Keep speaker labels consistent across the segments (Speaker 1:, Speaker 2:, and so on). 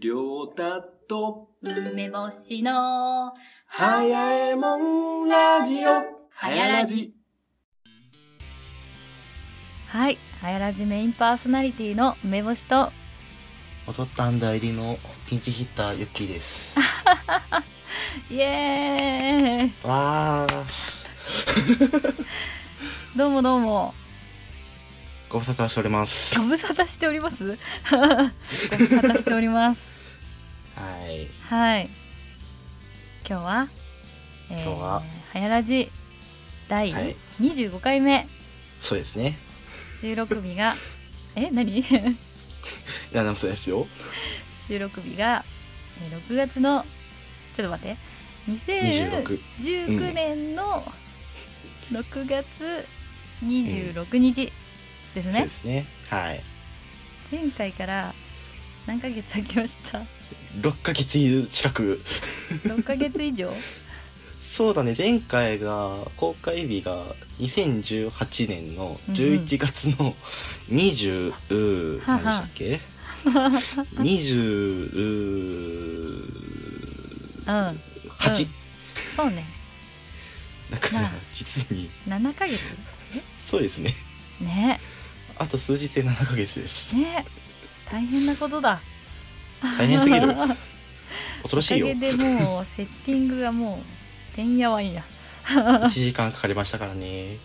Speaker 1: りょうたと、
Speaker 2: 梅干しの、
Speaker 1: はやえもんラジオ。
Speaker 2: はやラジ。はい、はやらじメインパーソナリティの梅干しと、
Speaker 3: 踊ったんだ入りのピンチヒッターユッキーです。
Speaker 2: イエーイ
Speaker 3: わあ、
Speaker 2: どうもどうも、
Speaker 3: ご無沙汰しております
Speaker 2: ご。無沙汰しておりますご無沙汰しております。
Speaker 3: はい、
Speaker 2: はい。今日は、え
Speaker 3: 今日は、
Speaker 2: はやらじ第
Speaker 3: はい
Speaker 2: 25回目
Speaker 3: そうですね。
Speaker 2: 収録日が、え、何
Speaker 3: いや、でもそうですよ。
Speaker 2: 収録日が、えー6月のちょっと待って2019
Speaker 3: 26
Speaker 2: 19年の6月26日です
Speaker 3: そう
Speaker 2: ね
Speaker 3: で、すね。はい。
Speaker 2: 前回から何ヶ月空きました
Speaker 3: 六ヶ月近く。
Speaker 2: 6ヶ月以上
Speaker 3: そうだね。前回が公開日が2018年の11月の20、
Speaker 2: はは
Speaker 3: 何でしたっけ ?28
Speaker 2: うんそうね
Speaker 3: だか
Speaker 2: まあ
Speaker 3: ら実に
Speaker 2: 7ヶ月
Speaker 3: そうですね
Speaker 2: ね
Speaker 3: あと数日で7ヶ月です
Speaker 2: ね大変なことだ
Speaker 3: 大 変すぎる恐ろ
Speaker 2: お
Speaker 3: し
Speaker 2: か
Speaker 3: いよ
Speaker 2: げでもうセッティングがもうてんやわんや
Speaker 3: 1時間かかりましたからね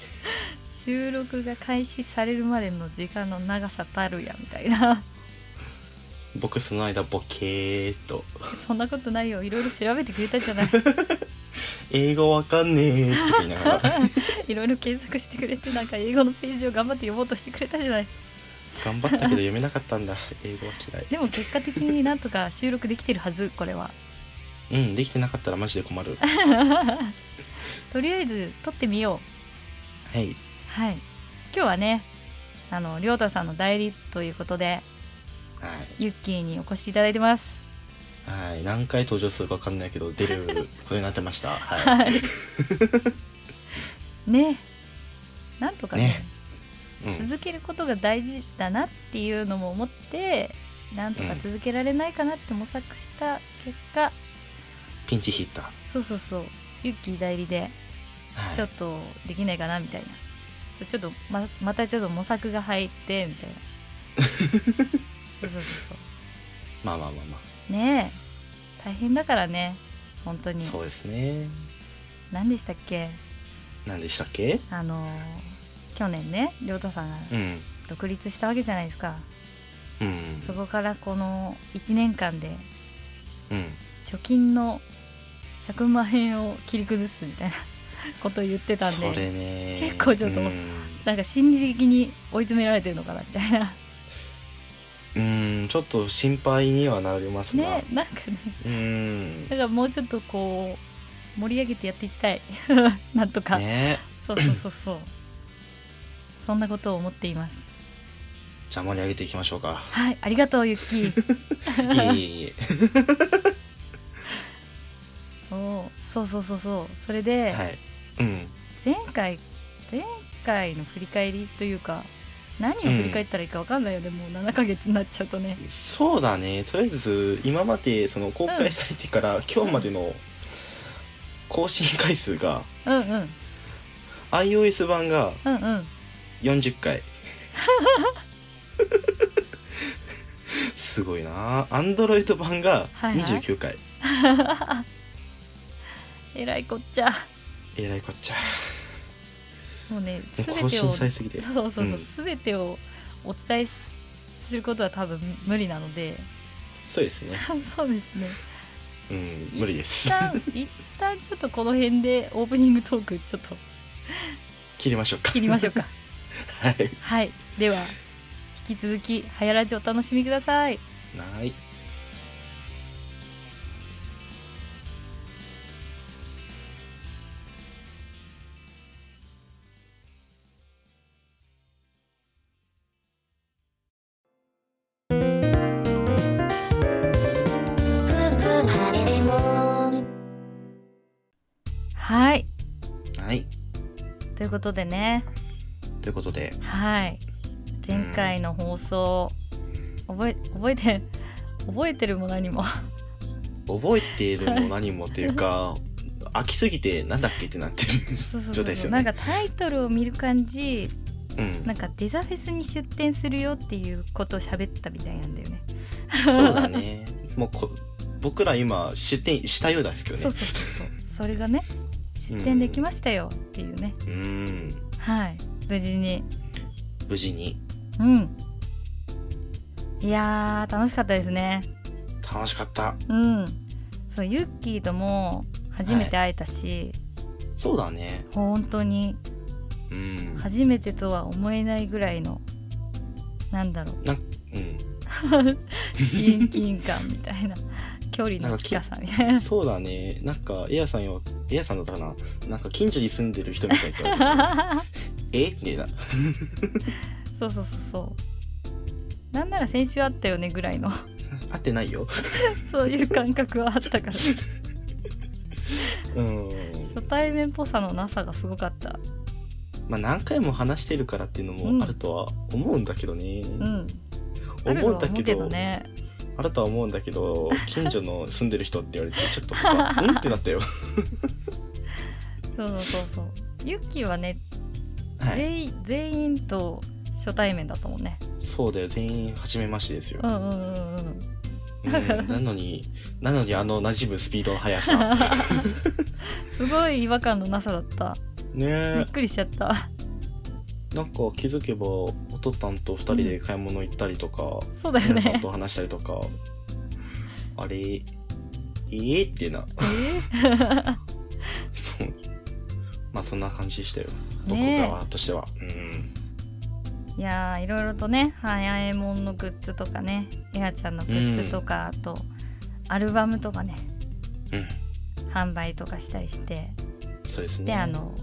Speaker 2: 収録が開始されるまでの時間の長さたるやみたいな
Speaker 3: 僕その間ボケーっと
Speaker 2: そんなことないよいろいろ調べてくれたじゃない
Speaker 3: 英語わかんねーって言いながら
Speaker 2: いろいろ検索してくれてなんか英語のページを頑張って読もうとしてくれたじゃない
Speaker 3: 頑張ったけど読めなかったんだ英語は
Speaker 2: でも結果的になんとか収録できてるはずこれは
Speaker 3: 嫌いうんできてなかったらマジで困る
Speaker 2: とりあえず撮ってみよ
Speaker 3: はい、
Speaker 2: うはい今日はねあの亮太さんの代理ということで
Speaker 3: はい
Speaker 2: ユッキーにお越しいただいてます
Speaker 3: はい、何回登場するかわかんないけど出ることになってましたは
Speaker 2: は
Speaker 3: い
Speaker 2: いねなんとかね
Speaker 3: ねうん、
Speaker 2: 続けることが大事だなっていうのも思ってなんとか続けられないかなって模索した結果、
Speaker 3: ピンチヒッター
Speaker 2: そうそうそうユッキー代理で
Speaker 3: はい
Speaker 2: ちょっとできないかなみたいな、ちょっとままたちょっと模索が入ってみたいなそうそうそうそ
Speaker 3: まあまあまあま
Speaker 2: うねえ大変だからね本当
Speaker 3: あ
Speaker 2: に
Speaker 3: そうですね
Speaker 2: 何でしたっけ
Speaker 3: 何でしたっけ
Speaker 2: あのー去年ね亮太さんが
Speaker 3: うん
Speaker 2: 独立したわけじゃないですか、
Speaker 3: うん
Speaker 2: そこからこの1年間で
Speaker 3: うん
Speaker 2: 貯金の100万円を切り崩すみたいなことを言ってたん
Speaker 3: そ
Speaker 2: で
Speaker 3: れね
Speaker 2: 結構ちょっと
Speaker 3: うん
Speaker 2: なんか心理的に追い詰められてるのかなみたいな
Speaker 3: うんちょっと心配にはなりますが、
Speaker 2: ねなんかね
Speaker 3: うん
Speaker 2: だからもうちょっとこう盛り上げてやっていきたい なんとか、
Speaker 3: ね
Speaker 2: そうそうそうそうそんなことを思っています
Speaker 3: じゃあ盛り上げていきましょうか
Speaker 2: はいありがとうゆっき ー
Speaker 3: いえいえい
Speaker 2: そうそうそうそうそうそれで、
Speaker 3: えはいうん
Speaker 2: 前回前回の振り返りというか何を振り返ったらいいかわかんないよね、もう7ヶ月になっちゃうとね
Speaker 3: そうだねとりあえず今までその公開されてから今日までの更新回数が
Speaker 2: うんうん
Speaker 3: iOS 版が
Speaker 2: うんうん
Speaker 3: 40回 すごいな Android 版が29回、
Speaker 2: えらいこっちゃ
Speaker 3: えらいこっちゃ
Speaker 2: もうね全てを
Speaker 3: もう更新されすぎて
Speaker 2: そうそうそう、
Speaker 3: うん
Speaker 2: 全てをお伝えしすることは多分無理なので
Speaker 3: そうですね
Speaker 2: そうですね
Speaker 3: うん無理で
Speaker 2: 一
Speaker 3: す
Speaker 2: 旦一旦ちょっとこの辺でオープニングトークちょっと
Speaker 3: 切りましょうか
Speaker 2: 切りましょう か
Speaker 3: はい
Speaker 2: はいでは引き続き「はやらじ」お楽しみください
Speaker 3: はい
Speaker 2: はい
Speaker 3: はい
Speaker 2: ということでね
Speaker 3: ということで
Speaker 2: はい前回の放送覚え覚えて覚えてるも何 も
Speaker 3: 覚えているも何もっていう か飽きすぎてなんだっけってなって
Speaker 2: そうそう
Speaker 3: 状
Speaker 2: そう
Speaker 3: 態ですよね
Speaker 2: なんかタイトルを見る感じ
Speaker 3: る、うん
Speaker 2: なんかデザフェスに出展するよっていうことを喋ったみたいなんだよね
Speaker 3: そうだねもうこ僕ら今出店したようですけどね
Speaker 2: そうそうそうそう それがね出展できましたよっていうね、
Speaker 3: うん
Speaker 2: はい無事に
Speaker 3: 無事に
Speaker 2: うんいやー楽しかったですね
Speaker 3: 楽しかった
Speaker 2: うんそうユッキーとも初めて会えたし、
Speaker 3: そうだね
Speaker 2: 本当に
Speaker 3: うん、
Speaker 2: 初めてとは思えないぐらいのなんだろ
Speaker 3: うん、
Speaker 2: う親近感みたい な距離の近さみたいな
Speaker 3: そうだねなんかエアさんよエアさんだったかななんか近所に住んでる人みたいだった えみたいな
Speaker 2: そうそうそうそうなんなら先週あったよねぐらいの
Speaker 3: 会ってないよ
Speaker 2: そういう感覚はあったから初
Speaker 3: うん
Speaker 2: 対面っぽさのなさがすごかった
Speaker 3: まあ何回も話してるからっていうのもあるとは思うんだけどね、
Speaker 2: うんあると
Speaker 3: 思うん
Speaker 2: は
Speaker 3: だ
Speaker 2: 思
Speaker 3: け
Speaker 2: うけ
Speaker 3: ど
Speaker 2: どね
Speaker 3: あるとは思うんだ けど近所の住んでる人って言われてちょっと僕はうんってなったよ
Speaker 2: そうそうそうそうユッキーはね、
Speaker 3: はい
Speaker 2: 全員全員と初対面だったもんね
Speaker 3: そうだよ全員初めましてですよ
Speaker 2: う、んうんうんうん
Speaker 3: うん、
Speaker 2: だから
Speaker 3: なのになのにあの馴染むスピードの速さ
Speaker 2: すごい違和感のなさだった
Speaker 3: ね
Speaker 2: び
Speaker 3: え
Speaker 2: っくりしちゃった
Speaker 3: なんか気づけばおとたんと2人で買い物行ったりとか、
Speaker 2: そうだよ
Speaker 3: 皆さん
Speaker 2: ね
Speaker 3: と話したりとかあれえー、ってなそうまあそんな感じでしたよ僕
Speaker 2: ねえ
Speaker 3: 側としては、うん
Speaker 2: いやーいろいろとね早えもんのグッズとかねエアちゃんのグッズとか、あとアルバムとかね
Speaker 3: うん
Speaker 2: 販売とかしたりして
Speaker 3: そうですね
Speaker 2: であの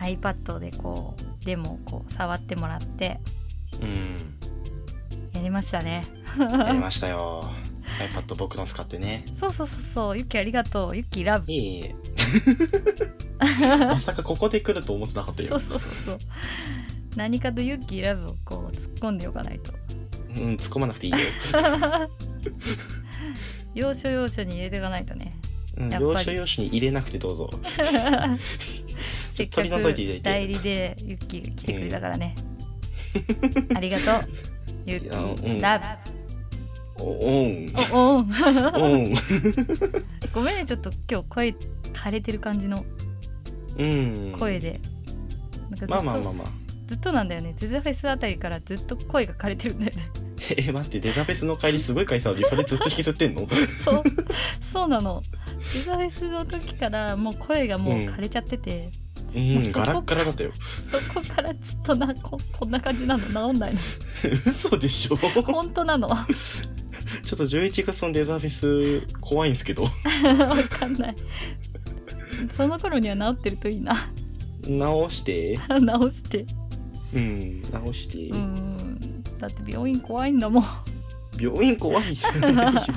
Speaker 2: iPad でこうデモをこう触ってもらって
Speaker 3: うん
Speaker 2: やりましたね
Speaker 3: やりましたよ iPad 僕の使ってね
Speaker 2: そうそうそうそうユッキーありがとうユッキーラブ
Speaker 3: いえ いえまさかここで来ると思ってなかっ た
Speaker 2: そ
Speaker 3: よ
Speaker 2: うそうそうそう何かとユッキーラブをこう突っ込んでおかないと
Speaker 3: うん突っ込まなくていいよ、
Speaker 2: 要所要所に入れていかないとね
Speaker 3: うん、
Speaker 2: やっぱり
Speaker 3: 要所要所に入れなくてど うぞ
Speaker 2: せっか
Speaker 3: 取り除いていただい
Speaker 2: く代
Speaker 3: て
Speaker 2: 理でユッキーが来てくれたからね、 ありがとうユッキ
Speaker 3: いやうん
Speaker 2: ーラ
Speaker 3: おおん
Speaker 2: ブおおん
Speaker 3: おん
Speaker 2: ごめんねちょっと今日声枯れてる感じの
Speaker 3: うん
Speaker 2: 声で、なんかずっと、
Speaker 3: まあまあまあまあ
Speaker 2: ずっとなんだよねゼゼフェスあたりからずっと声が枯れてるんだよね
Speaker 3: え待ってデザフェスの帰りすごい会社なのにそれずっと引きずってん の
Speaker 2: そうそうなのゼゼフェスの時からもう声がもう枯れちゃってて、
Speaker 3: うんガラッガラだったよ
Speaker 2: そこからずっとなここんな感じなの治んないの
Speaker 3: 嘘でしょ ちょっ
Speaker 2: 本当なの わ
Speaker 3: と11月のデザフェス怖いんすけど
Speaker 2: かんないその頃には治ってるといいな
Speaker 3: 直して
Speaker 2: 治して
Speaker 3: うん直して、
Speaker 2: うんだって病院怖いんだもん
Speaker 3: 病院怖いじゃないでしょ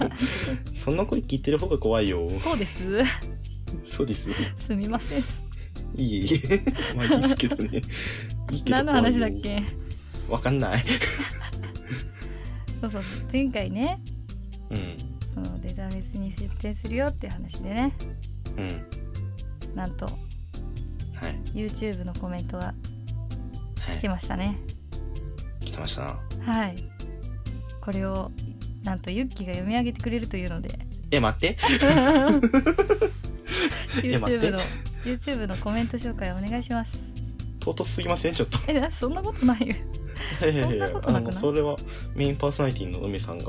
Speaker 3: そんな声聞いてる方が怖いよ
Speaker 2: そうです
Speaker 3: そうですい
Speaker 2: すみません
Speaker 3: えいえまあいいですけど ねいいけど
Speaker 2: 何の話だっ
Speaker 3: 怖いよ
Speaker 2: け
Speaker 3: わかんない
Speaker 2: そうそう前回ね
Speaker 3: うん
Speaker 2: そのデータベースに設定するよっていう話でね
Speaker 3: うん
Speaker 2: なんと
Speaker 3: はい
Speaker 2: YouTube のコメントが
Speaker 3: は
Speaker 2: 来てましたね
Speaker 3: い来てましたな
Speaker 2: はいこれをなんとユッキーが読み上げてくれるというので
Speaker 3: え待ってや待って
Speaker 2: YouTube の YouTube のコメント紹介お願いします
Speaker 3: 唐突すぎませんちょっと
Speaker 2: えなそんなことないよ
Speaker 3: いやいやい
Speaker 2: そんな
Speaker 3: や
Speaker 2: こと
Speaker 3: あ
Speaker 2: なくない
Speaker 3: のそれはメインパーソナリティの梅さんが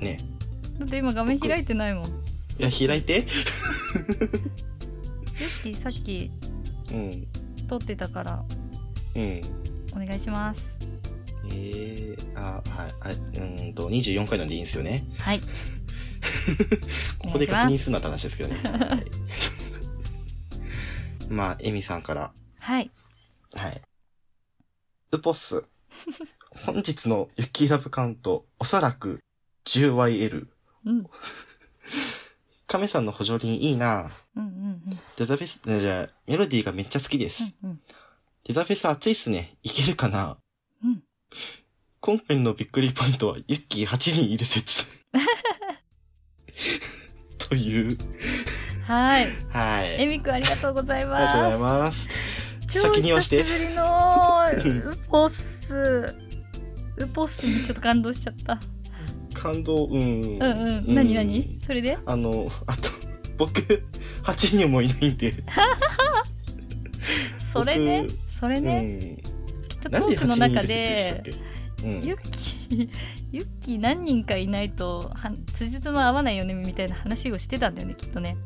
Speaker 3: ね
Speaker 2: だって今画面開いてないもんユ
Speaker 3: いや開いて
Speaker 2: ッキーさっき
Speaker 3: うん
Speaker 2: 撮ってたから
Speaker 3: うん
Speaker 2: お願いします
Speaker 3: えー、あはいあうーんと24回なんでいいんですよね
Speaker 2: はい
Speaker 3: ここで
Speaker 2: お願
Speaker 3: 確
Speaker 2: い
Speaker 3: 認
Speaker 2: します
Speaker 3: するなって話ですけどねはい まあエミさんから
Speaker 2: はい
Speaker 3: はいウポッス本日のユッキーラブカウントおそらく 10YL
Speaker 2: うんうん
Speaker 3: 亀さんの補助輪いいな
Speaker 2: うんうん
Speaker 3: デザフェスえじゃあメロディーがめっちゃ好きです、
Speaker 2: うんうん
Speaker 3: デザフェス熱いっすねいけるかな
Speaker 2: うん
Speaker 3: 今回のびっくりポイントは、ユッキー8人いる説。という
Speaker 2: はい。
Speaker 3: はい
Speaker 2: えみくんありがとうござい
Speaker 3: あり
Speaker 2: ま
Speaker 3: が
Speaker 2: す。
Speaker 3: とうございます
Speaker 2: 超
Speaker 3: 先に言わして
Speaker 2: 久しぶりのウポッス。ウポッスにちょっと感動しちゃった。
Speaker 3: 感動うん
Speaker 2: うんうん。何何それで
Speaker 3: あのあと僕8人もいないんで、
Speaker 2: それね。それね。きっと
Speaker 3: う
Speaker 2: ト
Speaker 3: ん、なんで
Speaker 2: ーク
Speaker 3: 8
Speaker 2: の
Speaker 3: 人
Speaker 2: 中
Speaker 3: で
Speaker 2: で、
Speaker 3: 説明したっけ、うん、
Speaker 2: ユッキー、ユッキー何人かいないと、は辻褄合わないよねみたいな話をしてたんだよね、きっとね。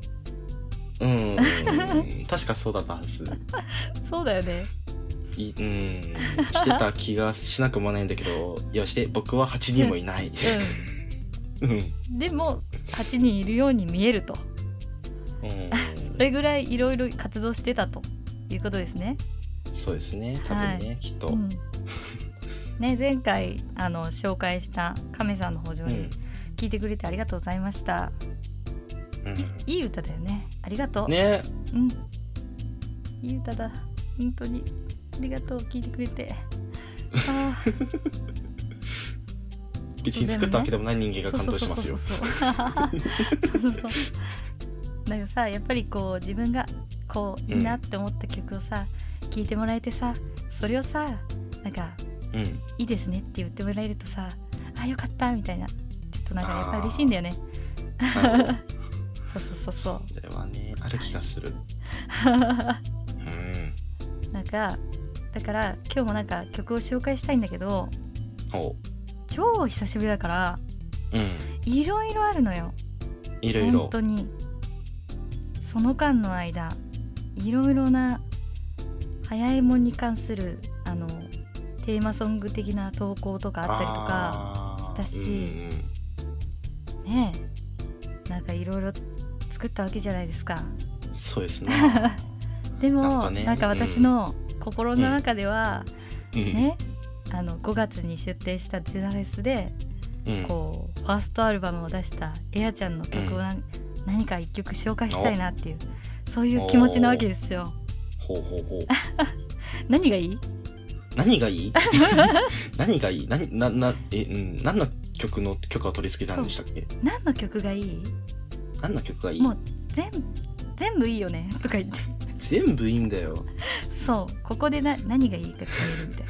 Speaker 3: うん、確かそうだったはず。
Speaker 2: そうだよね。
Speaker 3: いうん、してた気がしなくもないんだけど、 いやして僕は8人もいない。うん、うん、
Speaker 2: うん。でも、8人いるように見えると。それぐらいいろいろ活動してたということですね。
Speaker 3: そうですね。多分ね、きっと。う、
Speaker 2: うんん、ね前回あの紹介した亀さんの補助に聞いてくれてありがとうございました。
Speaker 3: うん
Speaker 2: いい歌だよね。ありがとう。
Speaker 3: ね、
Speaker 2: うん。いい歌だ。本当にありがとう聞いてくれて。あー
Speaker 3: 別に作ったわけでもない人間が感動しますよ。
Speaker 2: そうそうそうそうそうそうそう なんかさやっぱりこう自分がこういいなって思った曲をさ、聞いてもらえてさそれをさなんか
Speaker 3: うん、
Speaker 2: いいですねって言ってもらえるとさあよかったみたいなちょっとなんかやっぱ嬉しいんだよね
Speaker 3: なるほど
Speaker 2: そうそうそうそ
Speaker 3: それはね、ある気がする。
Speaker 2: う
Speaker 3: うん、
Speaker 2: なんかだから今日もなんか曲を紹介したいんだけど
Speaker 3: ほ
Speaker 2: 超久しぶりだから
Speaker 3: う、うん、
Speaker 2: いろいろあるのよ
Speaker 3: いろい
Speaker 2: 本
Speaker 3: ろ。
Speaker 2: 当にその間の間いろいろな早いもんに関するあのテーマソング的な投稿とかあったりとか
Speaker 3: あ
Speaker 2: したし
Speaker 3: ーうん
Speaker 2: ねえなんかいろいろ作ったわけじゃないですか。
Speaker 3: うんそうですね。
Speaker 2: でもな
Speaker 3: なんん
Speaker 2: か,、
Speaker 3: かね
Speaker 2: 私の心の中では、
Speaker 3: うん、
Speaker 2: ね、あの5月に出展したデザフェスで、
Speaker 3: うん、
Speaker 2: こうファーストアルバムを出したエアちゃんの曲をな、何か一曲紹介したいなっていうそういう気持ちなわけですよ。
Speaker 3: ほうほうほう。
Speaker 2: 何がいい
Speaker 3: 何がいい何がいい何ななえ、うん、何の曲の曲を取り付けたんでしたっけ
Speaker 2: 何の曲がいい
Speaker 3: 何の曲がいい
Speaker 2: もう全全部いいよね とか言って
Speaker 3: 全部いいんだよ
Speaker 2: そうここでな何がいいか決めるみたい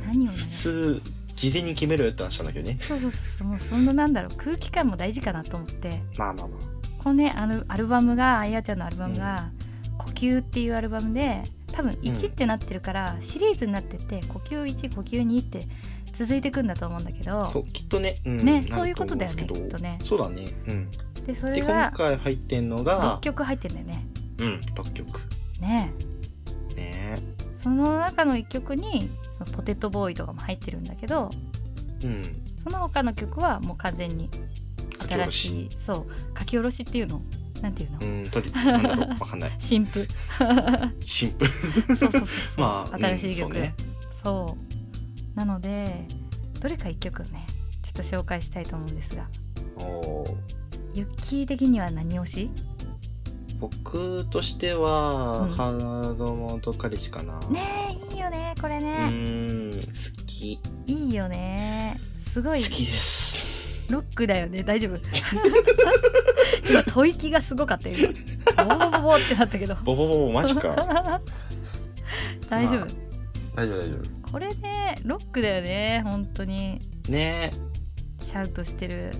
Speaker 2: な何をね
Speaker 3: 普通事前に決めるよって話したんだけどね
Speaker 2: そうそうそうもうそんななんだろう空気感も大事かなと思って。
Speaker 3: まあまあまあ
Speaker 2: このねあのアルバムがあやちゃんのアルバムが「呼吸」っていうアルバムで多分1ってなってるから、シリーズになってて「呼吸1呼吸2」って続いてくんだと思うんだけど
Speaker 3: そうきっとね、うん、
Speaker 2: ね
Speaker 3: なる思
Speaker 2: そういうことだよね
Speaker 3: うんですけど
Speaker 2: きっとね
Speaker 3: そうだねうん
Speaker 2: でそれ
Speaker 3: で今
Speaker 2: が
Speaker 3: 回入ってんの
Speaker 2: 6
Speaker 3: が
Speaker 2: 曲入ってんだよね。
Speaker 3: うん6曲
Speaker 2: ね
Speaker 3: ね
Speaker 2: えその中の1曲にそのポテトボーイとかも入ってるんだけど
Speaker 3: うん
Speaker 2: その他の曲はもう完全に
Speaker 3: 書き下
Speaker 2: 新
Speaker 3: ろし
Speaker 2: しいそう書き下ろしっていうのなんていうの、
Speaker 3: うん取りなんだろうわかん ない
Speaker 2: 新譜
Speaker 3: 新婦
Speaker 2: そうそうそうそう
Speaker 3: まあうん
Speaker 2: 新しい曲、
Speaker 3: そうね
Speaker 2: そうなのでどれか1曲ねちょっと紹介したいと思うんですが
Speaker 3: おー
Speaker 2: ユッキー的には何推し
Speaker 3: 僕としては、
Speaker 2: うん
Speaker 3: ハードモードカレッジかな
Speaker 2: ねえいいよねこれ
Speaker 3: う
Speaker 2: ね、
Speaker 3: ーん好き
Speaker 2: いいよねすごい
Speaker 3: 好きです。
Speaker 2: ロックだよね大丈夫 今吐息がすごかったよ今ボボボボボってなったけど
Speaker 3: ボボボボマジ か。
Speaker 2: 大丈夫、
Speaker 3: ま大丈夫大丈
Speaker 2: これねロックだよね本当に
Speaker 3: 夫。ね
Speaker 2: シャウトしてる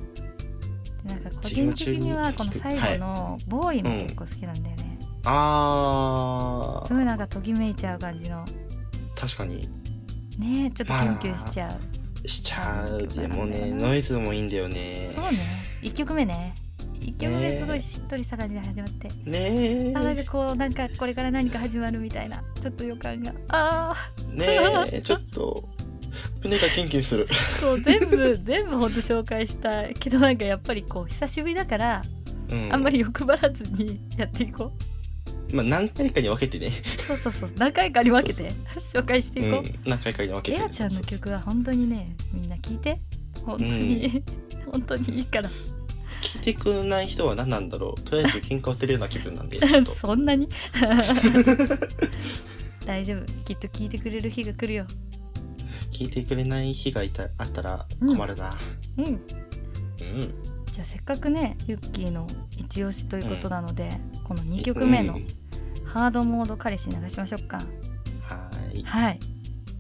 Speaker 2: でなんか個
Speaker 3: 授
Speaker 2: 人
Speaker 3: 業中
Speaker 2: 的
Speaker 3: に
Speaker 2: にはこの
Speaker 3: 聞く
Speaker 2: 最後のボーイも結構好きなんだよね、
Speaker 3: あ
Speaker 2: すごい
Speaker 3: ー
Speaker 2: なんかときめいちゃう感じの
Speaker 3: 確かに
Speaker 2: ねえちょっとキュンキュンしちゃう、
Speaker 3: しちゃう。でも
Speaker 2: そうなん
Speaker 3: ね
Speaker 2: だよな
Speaker 3: ノイズもいいんだよね。
Speaker 2: そうね1曲目ね1曲目
Speaker 3: ねえ
Speaker 2: すごいしっとりした感じで始まって、
Speaker 3: ね
Speaker 2: あなんかこうなんかこれから何か始まるみたいなちょっと予感がああ
Speaker 3: えねえちょっと胸がキュンキュン する。
Speaker 2: そう全部全部ほんと紹介したいけどなんかやっぱりこう久しぶりだから、
Speaker 3: うん。
Speaker 2: あんまり欲張らずにやっていこ
Speaker 3: まあ何回かに分けてね。
Speaker 2: うそうそうそう何回かに分けて紹介して
Speaker 3: う
Speaker 2: いこう、
Speaker 3: ん何回かに分けて。
Speaker 2: エアちゃんの曲は本当にねみんな聞いて本当に、本当にいいから
Speaker 3: 聞いてくれない人は何なんだろう。とりあえず喧嘩売ってるような気分なんで ちょっと。
Speaker 2: そんな に大丈夫きっと聞いてくれる日が来るよ
Speaker 3: 聞いてくれない日がいたあったら困るな。
Speaker 2: うん
Speaker 3: うん
Speaker 2: じゃあせっかくねユッキーの一押しということなので、この2曲目の
Speaker 3: うん
Speaker 2: 「ハードモード彼氏」流しましょうか
Speaker 3: はーい
Speaker 2: はい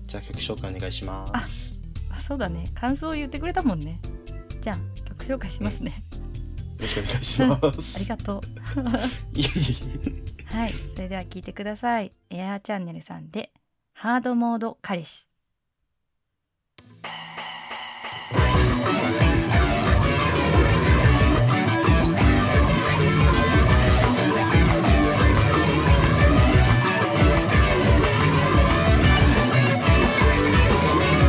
Speaker 3: じゃあ曲紹介お願いします
Speaker 2: あそうだね感想を言ってくれたもんねじゃあ曲紹介しますね、
Speaker 3: よろしくお願いしま
Speaker 2: あり
Speaker 3: す
Speaker 2: がとう
Speaker 3: いい
Speaker 2: はいそれでは聞いてくださいエアーチャンネルさんで「ハードモード彼氏」
Speaker 4: 一口で食べる「疲れ口を持って帰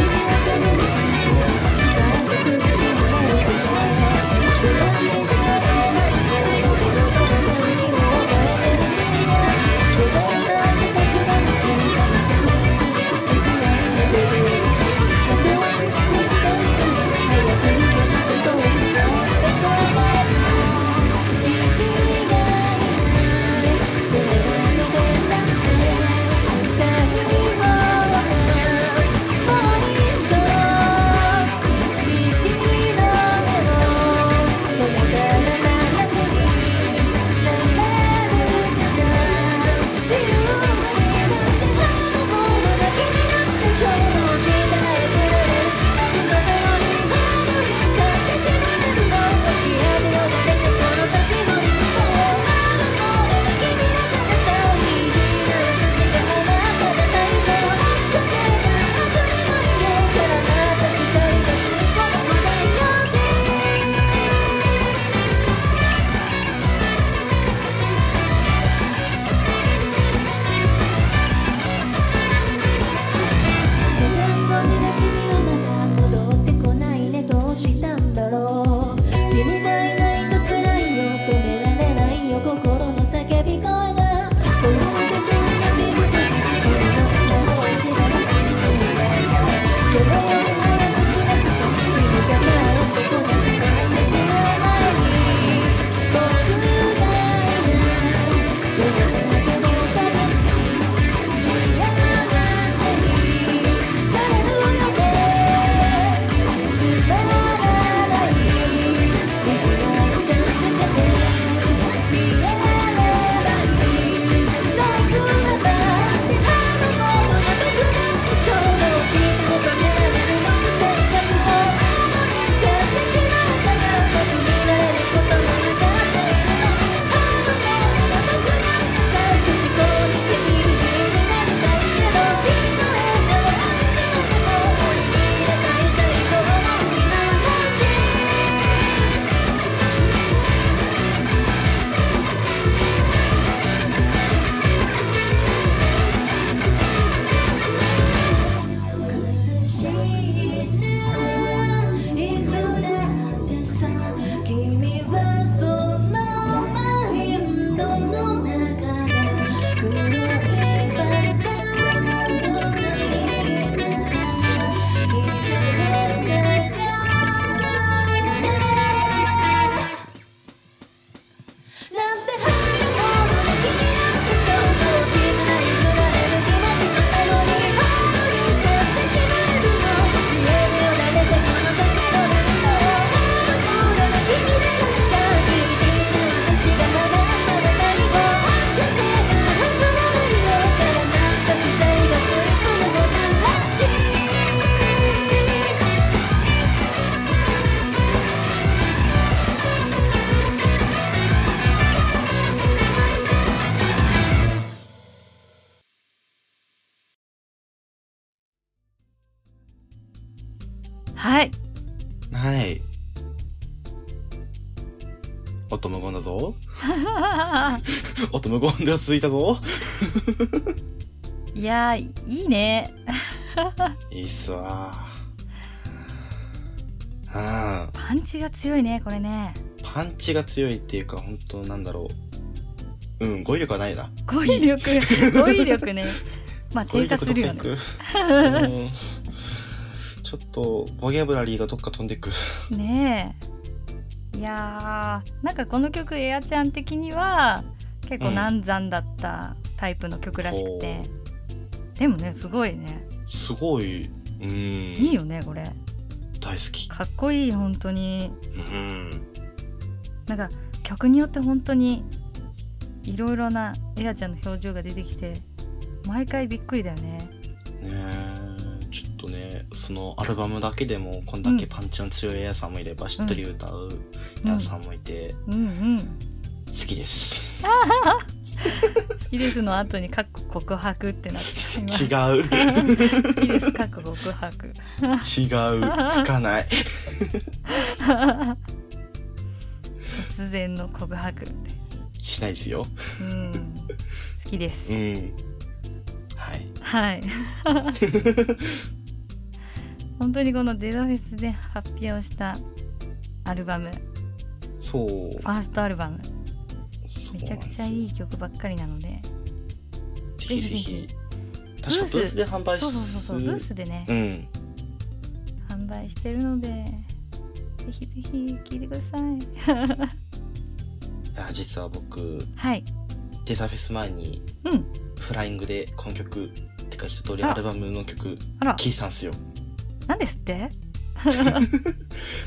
Speaker 4: って」「恨みで食べないほどボロボロの海を変えてほしいな」「届いた自殺が見つかって」「すぐつぶやいてるうちに」「まとわりついていて」「早く逃げることをやめとれ君がいないそれが夢だって二人は「もういっそ」「生きられろ」「君がいないからならずに」「なれるから自由になって」「あの頃だけになって衝動したえて」「立ち止まりに歩い去ってしまうの」「教えてよ誰かこの先も行こう」「あの頃だけになからさ」「虹なら確かなから最高」「しかて「あふれないよからなたきたいだけこのままでよじ」「あの頃だけになった衝動したえて」「午前5時だけにはまだ戻ってこないねどうしたんだろう」「君がいないと辛いよ止められないよ心の叫び声が」「この腕くんがビブで君の名を知らない」「それより早くしなくちゃ君が帰ってこなくなってしまう前に」「僕がいないそれだけのために幸せになれるよね」「つまらない意地悪が捨てて消えればいい」「そうすればってあの頃の僕だって衝動したことになって」「でもあのに去ってしまったら僕になれることもなかったよ」「あの頃の僕だってさ口公式に君になりたいけど」「君の笑顔あってまでも俺に抱いたいと思う今の君」「しいねいつだってさ君はそのマインドの中で黒いバサードがいいならいつも輝いて」なんて早く戻れ君なんて衝動しない振られる気持ちがあるのにあに去ってしまうの教えてよ誰かこの先の何かをあの頃の君だからさ私がまだまだ最後しかせなはずなのよからなんか奇才が来るこのボタン好き
Speaker 2: はい
Speaker 3: はい音無言だぞ音無言が続いたぞ
Speaker 2: いやーいいね
Speaker 3: いいっすわうん
Speaker 2: パンチが強いねこれね
Speaker 3: パンチが強いっていうか本当なんだろううん語彙力はないな
Speaker 2: 語彙 力語彙力ねまあ
Speaker 3: 語
Speaker 2: 低
Speaker 3: 彙
Speaker 2: 下
Speaker 3: 力
Speaker 2: す
Speaker 3: どっ
Speaker 2: る
Speaker 3: か
Speaker 2: よ
Speaker 3: 行く、
Speaker 2: ね
Speaker 3: うんちょっとボギャブラリーがどっか飛んでく
Speaker 2: ねえいやーなんかこの曲エアちゃん的には結結構難産だったタイプの曲らしくて、でもねすごいね
Speaker 3: すごい、うん、
Speaker 2: いいよねこれ
Speaker 3: 大好き。
Speaker 2: かっこいい本当に
Speaker 3: うん、
Speaker 2: なんか曲によって本当にいろいろなエアちゃんの表情が出てきて毎回びっくりだよね
Speaker 3: ねえちょっとねそのアルバムだけでもこんだけパンチの強いエアさんもいれば、しっとり歌うエアさんもいて、
Speaker 2: うんうん
Speaker 3: 好きです。
Speaker 2: イレスの後に「かっこ告白」ってなっちゃいま
Speaker 3: 違
Speaker 2: す
Speaker 3: う
Speaker 2: イレスかっこ告白
Speaker 3: 違うつかない。
Speaker 2: 突然の告白って
Speaker 3: しないですよ。
Speaker 2: うん好きです
Speaker 3: うん。は
Speaker 2: は
Speaker 3: い。
Speaker 2: い 本当にこのデザフェスで発表したアルバムフ
Speaker 3: そう。
Speaker 2: ァーストアルバム
Speaker 3: そう
Speaker 2: め
Speaker 3: なんです
Speaker 2: ちゃくち
Speaker 3: よ
Speaker 2: ゃいい曲ばっかりなので
Speaker 3: ぜひぜひ
Speaker 2: ぜ。
Speaker 3: 確かブースで販売す
Speaker 2: そうそうそうそうブースでね、
Speaker 3: うん。
Speaker 2: 販売してるのでぜひぜひ聴いてください
Speaker 3: いや実は僕
Speaker 2: はい
Speaker 3: デザフェス前に
Speaker 2: うん
Speaker 3: フライングでこの曲てか一通りアルバムの曲
Speaker 2: あら
Speaker 3: 聴いてたんですよ。
Speaker 2: 何ですって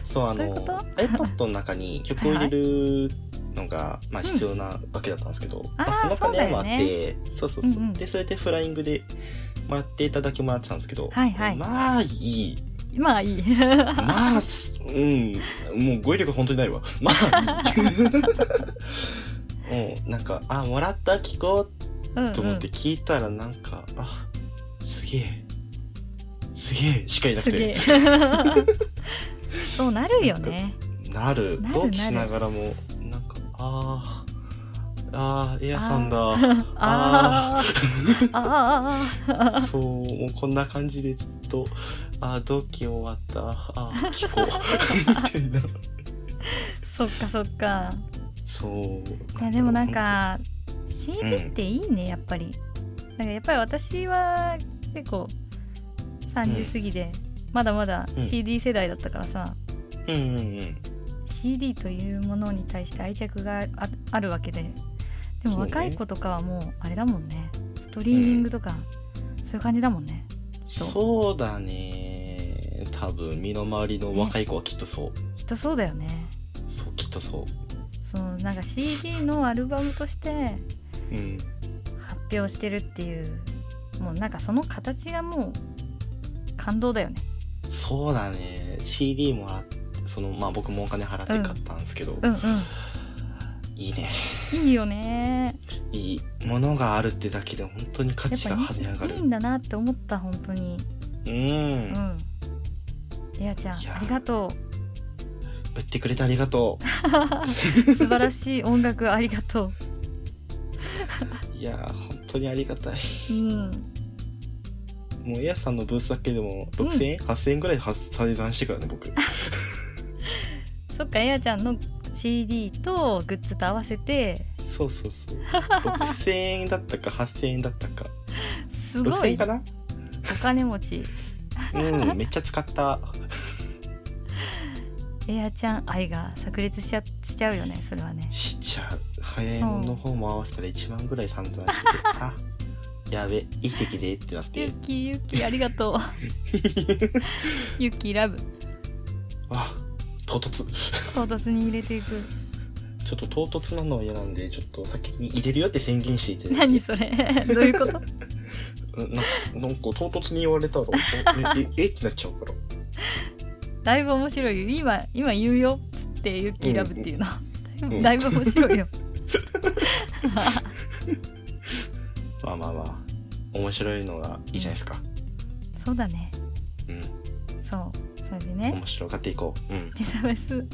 Speaker 3: そうあ
Speaker 2: どういう
Speaker 3: の
Speaker 2: こと
Speaker 3: iPad の中に曲を入れるのがまあ必要なわけだったんですけど、ま
Speaker 2: あー
Speaker 3: あその中
Speaker 2: そう
Speaker 3: に
Speaker 2: だよ
Speaker 3: もあってそうそうそう。
Speaker 2: うんうん
Speaker 3: でそれでフライングでもらっていただきもらってたんですけど、
Speaker 2: はいはい
Speaker 3: まあいい。
Speaker 2: まあいい
Speaker 3: まあ、すうん、もう語彙力本当にないわ。まあ、いいもうなんか、あ、もらった、聞こ
Speaker 2: うん、う、
Speaker 3: うんと思って聞いたら、なんか、あ、すげえ、すげえしかいなく
Speaker 2: すげえ
Speaker 3: て、
Speaker 2: そうなるよね
Speaker 3: なる
Speaker 2: な、る
Speaker 3: 同期しながらも、なんか、あー、あー、エアさんだ。
Speaker 2: あーあーあーあ
Speaker 3: あーそう、もうこんな感じでずっと、あー、同期終わった、あー、聞こう、みたいな。
Speaker 2: ーそっかそっか
Speaker 3: そう。
Speaker 2: いやでもなん、か CD っていいねやっぱりなんかやっぱり私は結構
Speaker 3: うん
Speaker 2: 30過ぎで、まだまだ
Speaker 3: うん
Speaker 2: CD 世代だったからさ、
Speaker 3: うんうんうん。
Speaker 2: CD というものに対して愛着がああるわけでで
Speaker 3: そう
Speaker 2: も
Speaker 3: ね
Speaker 2: 若い子とかはもうあれだもんねストリーミングとか、そういう感じだもんね
Speaker 3: そうだね多分身の回りの若い子はきっとそう、
Speaker 2: きっとそうだよね
Speaker 3: そうきっとそ
Speaker 2: そのなんか CD のアルバムとして
Speaker 3: ううん
Speaker 2: 発表してるっていうもうなんかその形がもう感動だよね
Speaker 3: そうだね CD もらってそのまあ僕もお金払って買ったんですけど、
Speaker 2: うんうん
Speaker 3: いいね
Speaker 2: いいよね
Speaker 3: いいものがあるってだけで本当に価値が跳ね上が
Speaker 2: い
Speaker 3: る
Speaker 2: いんだなって思った本当に
Speaker 3: うん
Speaker 2: うんエアちゃん
Speaker 3: いやー
Speaker 2: ありがと
Speaker 3: 売ってくれてありがと
Speaker 2: う素晴らしい音楽ありがと
Speaker 3: ういやー本当にありがたいう
Speaker 2: うん
Speaker 3: もうエアさんのブースだけでも6000円、8000円ぐらいで再算してからね僕
Speaker 2: そっかエアちゃんの CD とグッズと合わせて
Speaker 3: そうそうそう6000円だったか8000円だったか
Speaker 2: すご
Speaker 3: 6000円
Speaker 2: い
Speaker 3: か
Speaker 2: お
Speaker 3: な
Speaker 2: 金持ち
Speaker 3: うんめっちゃ使った
Speaker 2: エアちゃん愛が炸裂しちゃしちゃうよねそれはね
Speaker 3: しちゃう早いものの方も合わせたら1万ぐらい散々してあやべいい敵でってなって
Speaker 2: ユッキーユッキーありが とうユッキーラブ
Speaker 3: あ唐突
Speaker 2: 唐突に入れていく
Speaker 3: ちょっと唐突なのは嫌なんでちょっと先に入れるよって宣言していて
Speaker 2: 何それ どういうこと
Speaker 3: うんななんか唐突に言われたらおええ えってなっちゃうから
Speaker 2: だいぶ面白いよ今今言うよっつってユッキーラブっていうの、だいぶ
Speaker 3: うん
Speaker 2: だいぶ面白いよ
Speaker 3: まあまあまあ面白いのがいいじゃないですか
Speaker 2: そうだね
Speaker 3: うん
Speaker 2: そうそれでね
Speaker 3: 面白がっていこううん
Speaker 2: デザフェス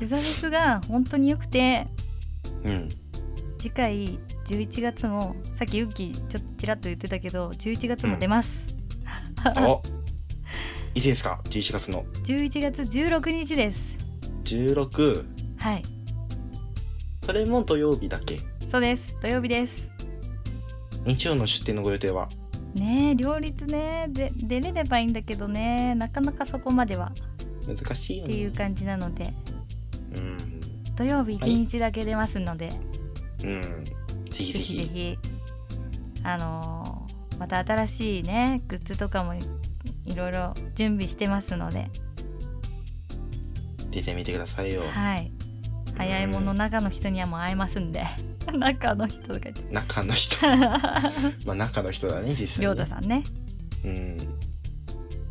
Speaker 2: デザフェスが本当に良くて
Speaker 3: うん
Speaker 2: 次回11月もさっきユッキーちょっとちらっと言ってたけど11月も出ます、
Speaker 3: おいつですか11月の
Speaker 2: 11月16日です
Speaker 3: 16
Speaker 2: はい
Speaker 3: それも土曜日だっけ
Speaker 2: そうです土曜日です
Speaker 3: 日曜の出店のご予定は
Speaker 2: ねえ両立ねで出れればいいんだけどねなかなかそこまでは
Speaker 3: 難しいよ
Speaker 2: って
Speaker 3: ね
Speaker 2: いう感じなので
Speaker 3: うん
Speaker 2: 土曜日1日だけ出ますので、
Speaker 3: うん、ぜぜひぜひ
Speaker 2: ぜひあのーまた新しいねグッズとかもいいろいろ準備してますので、
Speaker 3: 出てみてくださいよ、
Speaker 2: はい、早いもの中の人にはもう会えますんで 中の人とか言って
Speaker 3: 中の人 まあ中の人だね実際
Speaker 2: 亮
Speaker 3: に
Speaker 2: 太さんね
Speaker 3: うん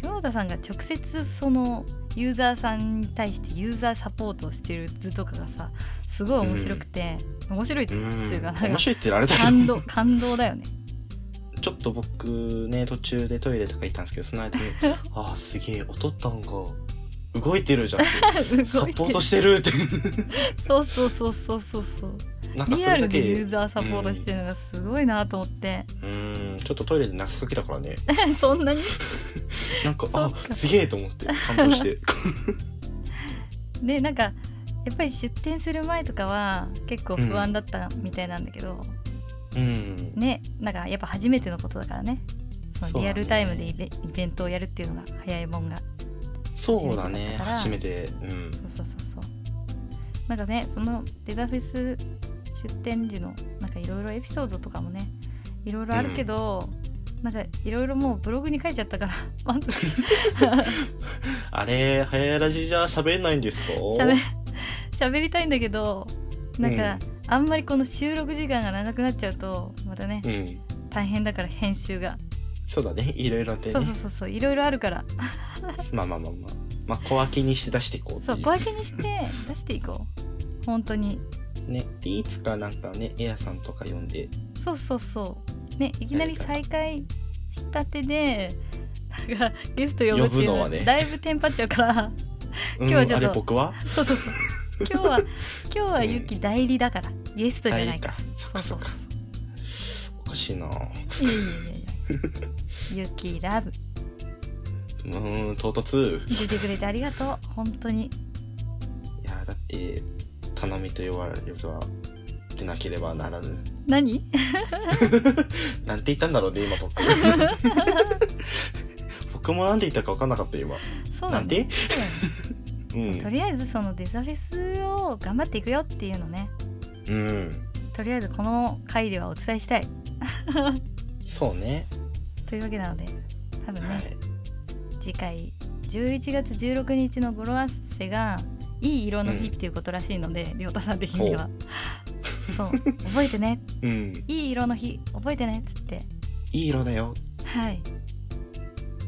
Speaker 2: 亮太さんが直接そのユーザーさんに対してユーザーサポートをしてる図とかがさすごい面白くて、面白いっつ
Speaker 3: う
Speaker 2: って
Speaker 3: ん
Speaker 2: いうかなん
Speaker 3: 面
Speaker 2: か
Speaker 3: 白いって言われたけ
Speaker 2: 感
Speaker 3: ど
Speaker 2: 動感動だよね
Speaker 3: ちょっと僕ね途中でトイレとか行ったんですけどそ の間に「ああすげえ音ったんが動いてるじゃん」って
Speaker 2: 動いてる
Speaker 3: サポートしてる」って
Speaker 2: そうそうそうそうそうそう
Speaker 3: なん か
Speaker 2: リ
Speaker 3: そ
Speaker 2: ア
Speaker 3: れ
Speaker 2: ル
Speaker 3: だ
Speaker 2: で
Speaker 3: け
Speaker 2: ユーザーサポートしてるのがすごいなと思って、
Speaker 3: うんうんちょっとトイレで泣きかけたからね
Speaker 2: そんなに
Speaker 3: なんか
Speaker 2: そ
Speaker 3: あ
Speaker 2: うか
Speaker 3: すげえと思って感動して
Speaker 2: でなんかやっぱり出店する前とかは結構不安だったみたいなんだけど、
Speaker 3: うん
Speaker 2: ねなんかやっぱ初めてのことだからねそ
Speaker 3: そ
Speaker 2: のリ
Speaker 3: うだね
Speaker 2: アルタイムでイベ,、イベントをやるっていうのが早いもんが
Speaker 3: そうだね
Speaker 2: 初
Speaker 3: 初
Speaker 2: め
Speaker 3: めてうん
Speaker 2: そうそうそうそうなんかねそのデザフェス出店時のなんかいろいろエピソードとかもねいろいろあるけど、なんかいろいろもうブログに書いちゃったから 満足し
Speaker 3: あれ早ラジじゃ喋んないんですか
Speaker 2: しゃべ喋りたいんだけどなんか、あんまりこの収録時間が長くなっちゃうとまたね
Speaker 3: うん
Speaker 2: 大変だから編集が、
Speaker 3: そうだねいろいろあって
Speaker 2: そうそ
Speaker 3: ね
Speaker 2: うそうそういろいろあるから
Speaker 3: まあまあまあまあまあ小分けにして出していこうって
Speaker 2: そ
Speaker 3: いうう
Speaker 2: 小分けにして出していこう本当に
Speaker 3: ねでいつかなんかねエアさんとか呼んで
Speaker 2: そうそうそうねいきなり再開したてでなんかゲスト呼ぶっていうの
Speaker 3: 呼ぶの
Speaker 2: は
Speaker 3: はね
Speaker 2: だいぶテンパっちゃう から
Speaker 3: 今
Speaker 2: 日はちょっと
Speaker 3: あれ僕は
Speaker 2: そうそうそう今日は今日はゆき代理だからゲストじゃないから
Speaker 3: 代理かそっ
Speaker 2: そう
Speaker 3: か
Speaker 2: そ
Speaker 3: そうっかおかしいな
Speaker 2: そういやいやいやいやゆきラブ
Speaker 3: うーん唐突
Speaker 2: 出
Speaker 3: い
Speaker 2: てくれてありがとう本当に
Speaker 3: やだって頼みと呼ばれるとは出なければならぬ
Speaker 2: 何
Speaker 3: なんて言ったんだろうね 今僕僕もなんて言ったか分かんなかった今
Speaker 2: そう
Speaker 3: な
Speaker 2: だ
Speaker 3: ん
Speaker 2: ね
Speaker 3: で
Speaker 2: そうだね
Speaker 3: うん
Speaker 2: とりあえずそのデザフェスを頑張っていくよっていうのね
Speaker 3: うん
Speaker 2: とりあえずこの回ではお伝えしたい
Speaker 3: そうね
Speaker 2: というわけなので多分ね、
Speaker 3: はい
Speaker 2: 次回11月16日の語呂合わせがいい色の日っていうことらしいので亮太、さん的には そう覚えてね
Speaker 3: うん
Speaker 2: いい色の日覚えてねっつって
Speaker 3: いい色だよ
Speaker 2: はい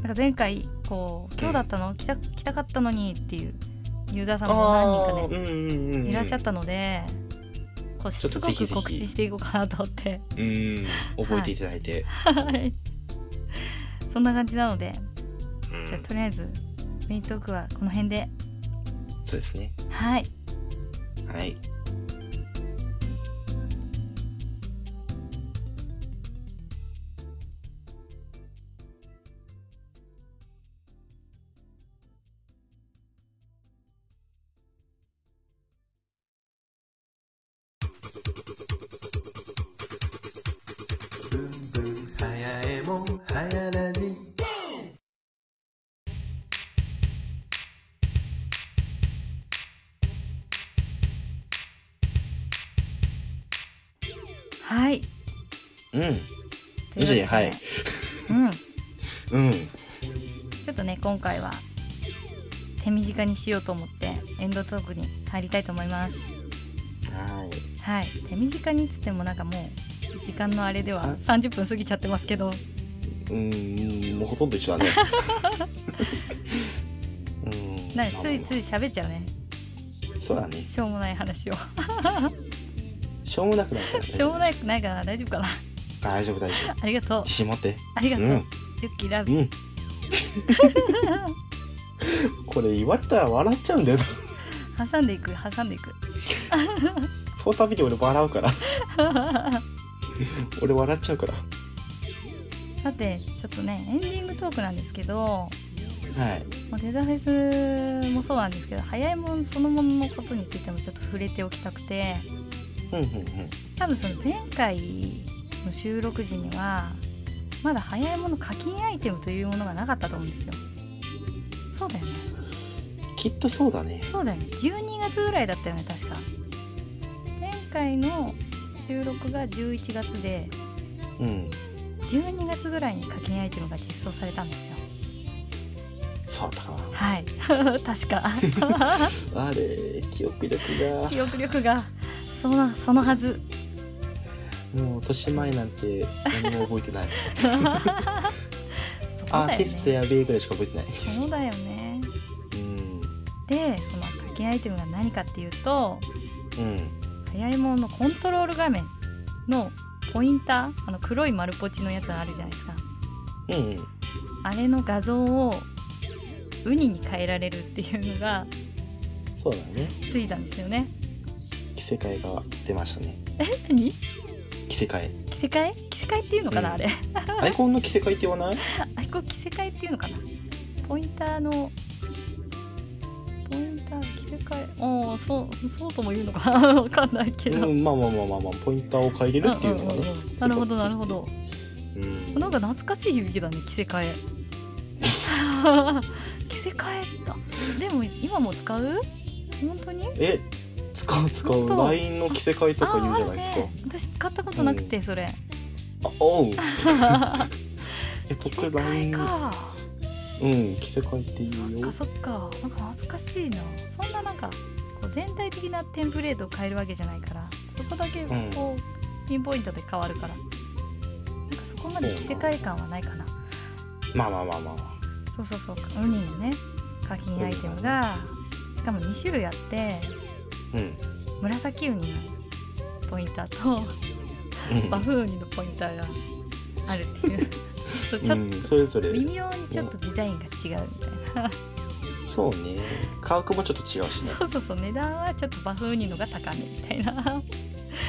Speaker 2: なんか前回こう「今日だったの、来た来たかったのに」っていうユーザーさんも何人かね
Speaker 3: あーうんうんうん
Speaker 2: いらっしゃったたので、こうし
Speaker 3: ちょっ
Speaker 2: つ
Speaker 3: と
Speaker 2: こ
Speaker 3: ぜひぜ
Speaker 2: く
Speaker 3: ひ
Speaker 2: 告知していこうかなと思って、
Speaker 3: うん覚えていただいて、
Speaker 2: はい、そんな感じなので、
Speaker 3: うん
Speaker 2: じゃあとりあえずメイントークはこの辺で、
Speaker 3: そうですね
Speaker 2: はい、
Speaker 3: はい
Speaker 1: ブンブンはやえもんはやラジ
Speaker 2: はい、
Speaker 3: うん
Speaker 2: とうわけで
Speaker 3: はい
Speaker 2: うん、
Speaker 3: うん
Speaker 2: ちょっとね今回は手短にしようと思ってエンドトークに入りたいと思います。
Speaker 3: はい
Speaker 2: はい、手短にっつってもなんかもう時間のあれでは30分過ぎちゃってますけど、
Speaker 3: うんもうほとんど一緒だねうん
Speaker 2: なんかついつい
Speaker 3: い
Speaker 2: 喋っちゃうね、
Speaker 3: そうだね
Speaker 2: しょうもない話を。
Speaker 3: しょうもなくなったらね
Speaker 2: しょうもないくないかな大丈夫かな
Speaker 3: 大丈夫大丈夫
Speaker 2: ありがとう
Speaker 3: 自信持って
Speaker 2: ありがとう、
Speaker 3: う
Speaker 2: ユ
Speaker 3: ん
Speaker 2: ッキーラ
Speaker 3: う
Speaker 2: ブ
Speaker 3: ん これ言われたら笑っちゃうんだよな
Speaker 2: 挟んでいく挟んでいく
Speaker 3: その度に俺笑うから 俺笑っちゃうから
Speaker 2: さてちょっとねエンディングトークなんですけど
Speaker 3: はい
Speaker 2: まあデザフェスもそうなんですけど早いもんそのもののことについてもちょっと触れておきたくて
Speaker 3: うんうんうん
Speaker 2: 多分その前回の収録時にはまだ早いもの課金アイテムというものがなかったと思うんですよそうだよね
Speaker 3: きっとそうだね
Speaker 2: そうだよね12月ぐらいだったよね確か前回の収録が11月で
Speaker 3: うん
Speaker 2: 12月ぐらいに課金アイテムが実装されたんですよ
Speaker 3: そうだっ
Speaker 2: はい 確 か
Speaker 3: たかなあれ記憶力が
Speaker 2: 記憶力がそのそのはず
Speaker 3: もう年前なんて何も覚えてない
Speaker 2: そう
Speaker 3: あ
Speaker 2: だよ
Speaker 3: テスト
Speaker 2: ね
Speaker 3: やべえぐらいしか覚えてないです
Speaker 2: そうだよね
Speaker 3: うん
Speaker 2: でその課金アイテムが何かっていうと
Speaker 3: うん
Speaker 2: 早いもののコントロール画面のポインターあの黒い丸ポチのやつあるじゃないですか
Speaker 3: うん
Speaker 2: あれの画像をウニに変えられるっていうのが
Speaker 3: そうだね
Speaker 2: ついたんですよね
Speaker 3: 着せ替えが出ましたね
Speaker 2: 何着
Speaker 3: 着せ替え
Speaker 2: せ替え着せ替えっていうのかな、
Speaker 3: うん
Speaker 2: あれ
Speaker 3: アイコンの着せ替えって言わない
Speaker 2: あこ着せ替えっていうのかなポインターのポインター着せ替えおおそうそうとも言うのか なわかんないけど、
Speaker 3: うんまあまあまあまあまあポインターを変えれるっていうのが
Speaker 2: うんうん
Speaker 3: ね
Speaker 2: うんうんなるほどなるほど
Speaker 3: うん
Speaker 2: なんか懐かしい響きだね着せ 替え着せ替えだでも今も使う本当に
Speaker 3: え使う使
Speaker 2: 本
Speaker 3: う
Speaker 2: 当
Speaker 3: LINE の着せ替えとか言うじゃないですか
Speaker 2: ああるね私使ったことなくて、それ
Speaker 3: あ おう
Speaker 2: 着
Speaker 3: え
Speaker 2: せ
Speaker 3: 僕
Speaker 2: 替え
Speaker 3: LINE
Speaker 2: か
Speaker 3: うん着せ替えって言う
Speaker 2: そっ
Speaker 3: よ
Speaker 2: かそっかなんか懐かしいなそんななんかこう全体的なテンプレートを変えるわけじゃないからそこだけ
Speaker 3: ん
Speaker 2: こうピンポイントで変わるから、なんかそこまで着せ替え感はないかな
Speaker 3: まあまあまあまあ
Speaker 2: そうそうそうウニのね課金アイテムがしかも2種類あって
Speaker 3: うん
Speaker 2: 紫ウニのポインターと
Speaker 3: うん
Speaker 2: バフウニのポインターがあるっていう そうちょっ
Speaker 3: うんそれぞ
Speaker 2: と
Speaker 3: れ
Speaker 2: 微妙にちょっとデザインが違うみたいな
Speaker 3: そうね価格もちょっと違うしね
Speaker 2: そうそうそう値段はちょっとバフウニのが高めみたいな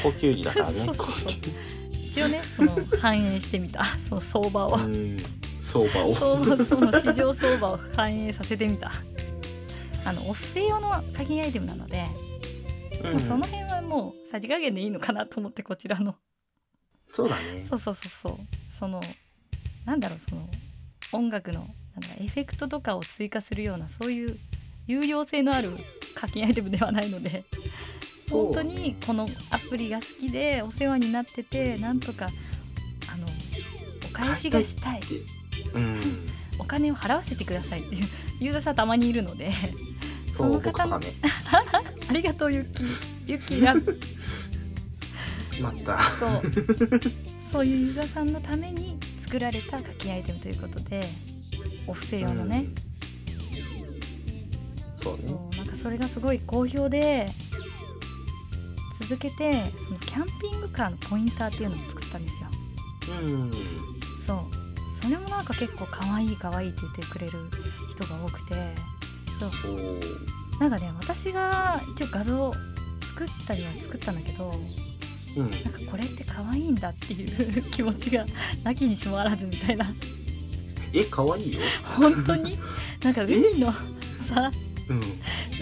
Speaker 3: 高級売だからね
Speaker 2: そうそう
Speaker 3: 高級
Speaker 2: 一応 ねその反映してみたその相場を
Speaker 3: うん相場を
Speaker 2: 相場その市場相場を反映させてみたあのお布施用の課金アイテムなので、
Speaker 3: う
Speaker 2: もうんその辺はもうさじ加減でいいのかなと思ってこちらの
Speaker 3: そうだね
Speaker 2: そうそうそうそうそのなんだろうその音楽のなんだエフェクトとかを追加するようなそういう有用性のある課金アイテムではないので
Speaker 3: そう
Speaker 2: 本当にこのアプリが好きでお世話になっててなんとかあのお返しがしたい
Speaker 3: うん
Speaker 2: お金を払わせてくださいっていうユーザーさんたまにいるのでそ
Speaker 3: そ
Speaker 2: の
Speaker 3: う
Speaker 2: 方
Speaker 3: 僕
Speaker 2: の
Speaker 3: がね
Speaker 2: ありがとうユッキーユッキーラブ
Speaker 3: また
Speaker 2: そうそういうユーザーさんのために作られた課金アイテムということでお布施用のね、
Speaker 3: うんそうね
Speaker 2: そうなんかそれがすごい好評で続けてそのキャンピングカーのポインターっていうのを作ったんですよ
Speaker 3: うん
Speaker 2: そうそれもなんか結構可愛い可愛いって言ってくれる人が多くてそう
Speaker 3: おー
Speaker 2: なんかね私が一応画像作ったりは作ったんだけど
Speaker 3: うん
Speaker 2: なんかこれって可愛いんだっていう 気持ちがなきにしもあらずみたいな
Speaker 3: え可愛いよ
Speaker 2: 本当になんかウニのさ
Speaker 3: うん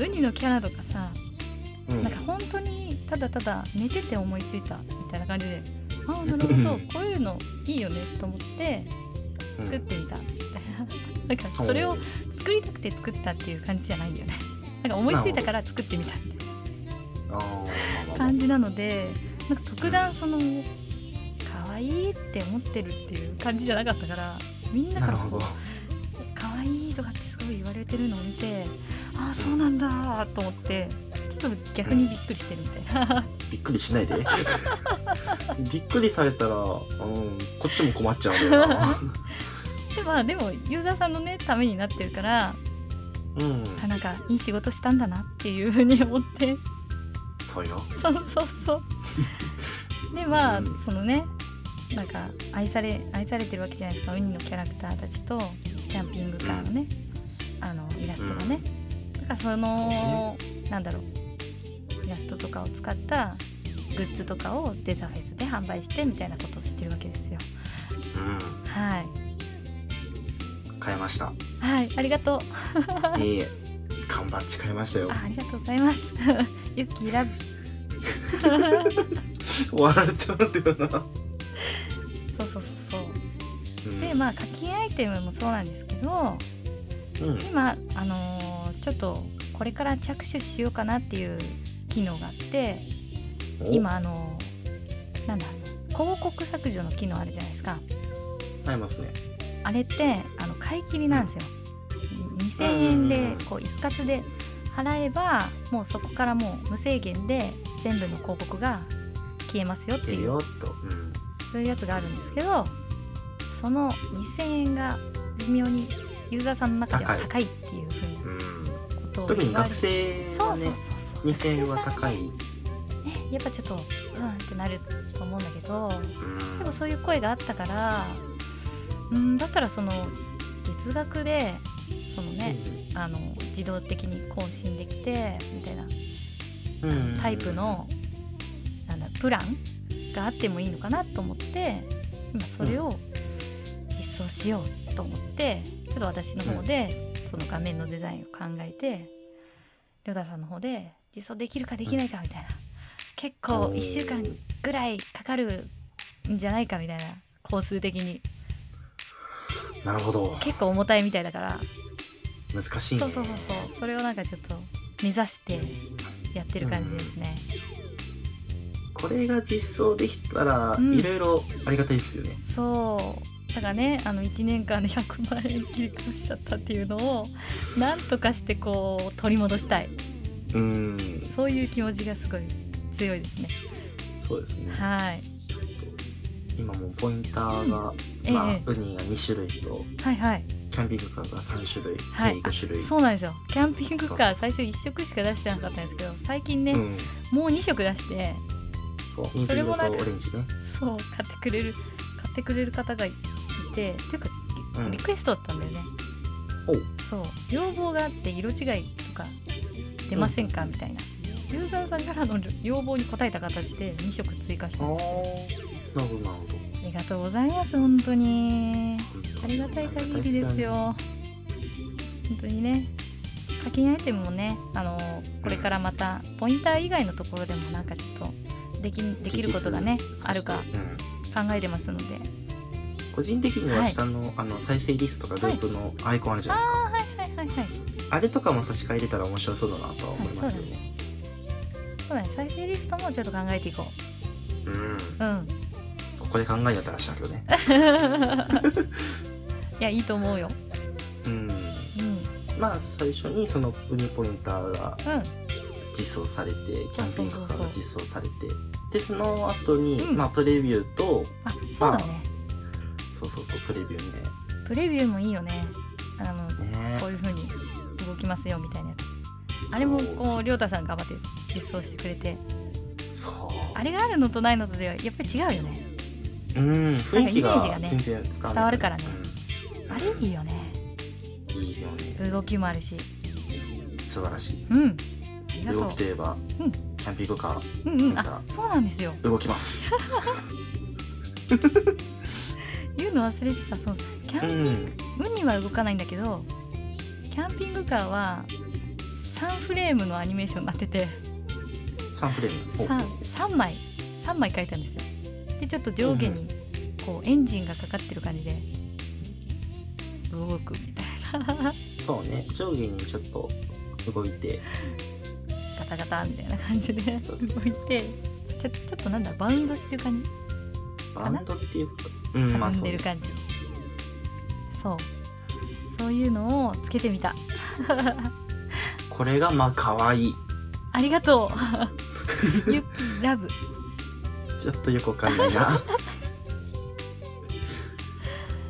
Speaker 2: ウニのキャラとかさ
Speaker 3: うん
Speaker 2: なんか本当にただただ寝てて思いついたみたいな感じでああなるほどこういうのいいよねと思って
Speaker 3: うん
Speaker 2: 作ってみたみたいななんかそれを作りたくて作ったっていう感じじゃないんだよねなんか思いついたから作ってみたみたい
Speaker 3: あーまあまあまあ
Speaker 2: な感じなのでなんか特段その可愛いって思ってるっていう感じじゃなかったからみんなか
Speaker 3: なる
Speaker 2: ら
Speaker 3: ほ
Speaker 2: こ
Speaker 3: ど
Speaker 2: う可愛いとかってすごい言われてるのを見てああそうなんだと思ってちょっと逆にびっくりしてるみたいな。
Speaker 3: びっくりしな いでびっくりされたら、うん、こっちも困っちゃうんだ よな
Speaker 2: でまあでもユーザーさんのねためになってるから
Speaker 3: うん
Speaker 2: あなんかいい仕事したんだなっていうふうに思って
Speaker 3: そうよ
Speaker 2: そうそうそうでまあ、
Speaker 3: うん
Speaker 2: そのねなんか愛され愛されてるわけじゃないですかウニのキャラクターたちとキャンピングカーのね、あのイラストがね、だからそのなんだろうイラストとかを使ったグッズとかをデザフェスで販売してみたいなことをしてるわけですよ
Speaker 3: う
Speaker 2: はい
Speaker 3: ん買え ました
Speaker 2: はいありがとう
Speaker 3: いいえ缶バッジ買いましたよ
Speaker 2: あありがとうございます。 ユッキーラブ。
Speaker 3: 笑っちゃうんだよな
Speaker 2: そうそうそうそう。
Speaker 3: うん
Speaker 2: で、まあ課金アイテムもそうなんですけど、
Speaker 3: うん
Speaker 2: 今あのーちょっとこれから着手しようかなっていう機能があって、今あのーなんだ広告削除の機能あるじゃないですか
Speaker 3: ありますね
Speaker 2: あれってあの買い切りなんですよ2000円でこう一括で払えばもうそこからもう無制限で全部の広告が消えますよっ
Speaker 3: い
Speaker 2: て
Speaker 3: ける
Speaker 2: いう
Speaker 3: よと、うん、
Speaker 2: そういうやつがあるんですけどその2000円が微妙にユーザーさんの中では高いっていうふうな
Speaker 3: うん、
Speaker 2: ことを
Speaker 3: 特に
Speaker 2: 言われ
Speaker 3: 学
Speaker 2: て
Speaker 3: 生
Speaker 2: そ
Speaker 3: は
Speaker 2: うそうそう
Speaker 3: ね
Speaker 2: そう
Speaker 3: 2000円は高い、
Speaker 2: ねやっぱちょっとうんってなると思うんだけど
Speaker 3: うん
Speaker 2: でもそういう声があったからうんだったらその月額でそのねあの自動的に更新できてみたいな
Speaker 3: うん
Speaker 2: タイプのなんだプランがあってもいいのかなと思って今それを実装しようと思ってちょっと私の方でその画面のデザインを考えてりょうたさんの方で実装できるかできないかみたいな結構1週間ぐらいかかるんじゃないかみたいな工数的に
Speaker 3: なるほど
Speaker 2: 結構重たいみたいだから
Speaker 3: 難しいね
Speaker 2: そうそうそうそうそれをなんかちょっと目指してやってる感じですね。
Speaker 3: これが実装できたら
Speaker 2: うん
Speaker 3: いろいろありがたいですよね、
Speaker 2: そうだからねあの1年間で100万円切り崩しちゃったっていうのをなんとかしてこう取り戻したい
Speaker 3: うん
Speaker 2: そういう気持ちがすごい強いですね
Speaker 3: そうですね
Speaker 2: はい
Speaker 3: 今もうポインターが、
Speaker 2: うん
Speaker 3: まあ
Speaker 2: ええ
Speaker 3: ウニが2種類と
Speaker 2: はいはい
Speaker 3: キャンピングカーが3種類、
Speaker 2: はい
Speaker 3: 計5種類
Speaker 2: そうなんですよキャンピングカー最初1色しか出してなかったんですけど最近ね、
Speaker 3: うん、
Speaker 2: もう2色出して
Speaker 3: そう水
Speaker 2: それ
Speaker 3: 色
Speaker 2: も
Speaker 3: と
Speaker 2: なんか
Speaker 3: オレンジね
Speaker 2: そう買ってくれる買ってくれる方がいてっていうか
Speaker 3: うん
Speaker 2: リクエストだったんだよね、
Speaker 3: おう
Speaker 2: そう要望があって色違いとか出ませんかみたいなユーザーさんからの要望に応えた形で2色追加したんですよ
Speaker 3: なるほどなるほど
Speaker 2: ありがとうございます本当にありがたい限りですよ本当にね課金アイテムもねあのこれからまたポインター以外のところでもなんかちょっとできできることがねあるか
Speaker 3: うん
Speaker 2: 考えてますので
Speaker 3: 個人的に
Speaker 2: は
Speaker 3: はい下の,、あの再生リストとかグループのアイコンあるじゃないです
Speaker 2: あー
Speaker 3: か、
Speaker 2: はいはいはいはい
Speaker 3: あれとかも差し替えれたら面白そうだなとは思いますよね、
Speaker 2: そうだね再生リストもちょっと考えていこ
Speaker 3: うん
Speaker 2: う うん
Speaker 3: ここで考えたらしたけどね
Speaker 2: いやいいと思うよ
Speaker 3: うん
Speaker 2: うん
Speaker 3: まあ最初にそのウニポインターが
Speaker 2: うん
Speaker 3: 実装されてキャンピングカーが
Speaker 2: そう
Speaker 3: 実装されてでその後に、
Speaker 2: うん
Speaker 3: まあプレビューと
Speaker 2: あそうだね
Speaker 3: そうそうそうプレビューね
Speaker 2: プレビューもいいよねあの
Speaker 3: ね
Speaker 2: こういう風に動きますよみたいなやつあれもこう亮太さん頑張って実装してくれて
Speaker 3: そう
Speaker 2: あれがあるのとないのとではやっぱり違うよね
Speaker 3: そううん雰囲気
Speaker 2: なんかイメ
Speaker 3: が
Speaker 2: ージがね
Speaker 3: 全然伝わ,、
Speaker 2: 伝わるからねあれいいよね
Speaker 3: うん、いいよね
Speaker 2: 動きもあるし
Speaker 3: 素晴らしい
Speaker 2: うんありがと
Speaker 3: 動
Speaker 2: う
Speaker 3: きといえば、
Speaker 2: うん
Speaker 3: キャンピングカー
Speaker 2: うんうん
Speaker 3: なんか
Speaker 2: あそうなんですよ
Speaker 3: 動きます
Speaker 2: 言うの忘れてたそうキャ
Speaker 3: う
Speaker 2: ン、
Speaker 3: ん
Speaker 2: ウニは動かないんだけどキャンピングカーは3フレームのアニメーションになってて
Speaker 3: 3フレームほう
Speaker 2: 三三枚三枚書いたんですよでちょっと上下にこうエンジンがかかってる感じで動くみたいな
Speaker 3: そうね上下にちょっと動いて
Speaker 2: ガタガタみたいな感じで動い
Speaker 3: そうそうそう
Speaker 2: てちょちょっとなんだバウンドしてる感じ
Speaker 3: バンドっていうかうんま
Speaker 2: 弾
Speaker 3: あ
Speaker 2: ん
Speaker 3: そう
Speaker 2: でる
Speaker 3: ね
Speaker 2: 感じ、そうそういうのをつけてみた
Speaker 3: これがまあ可愛い
Speaker 2: ありが とうユッキーラブ
Speaker 3: ちょっとよくわかんな いな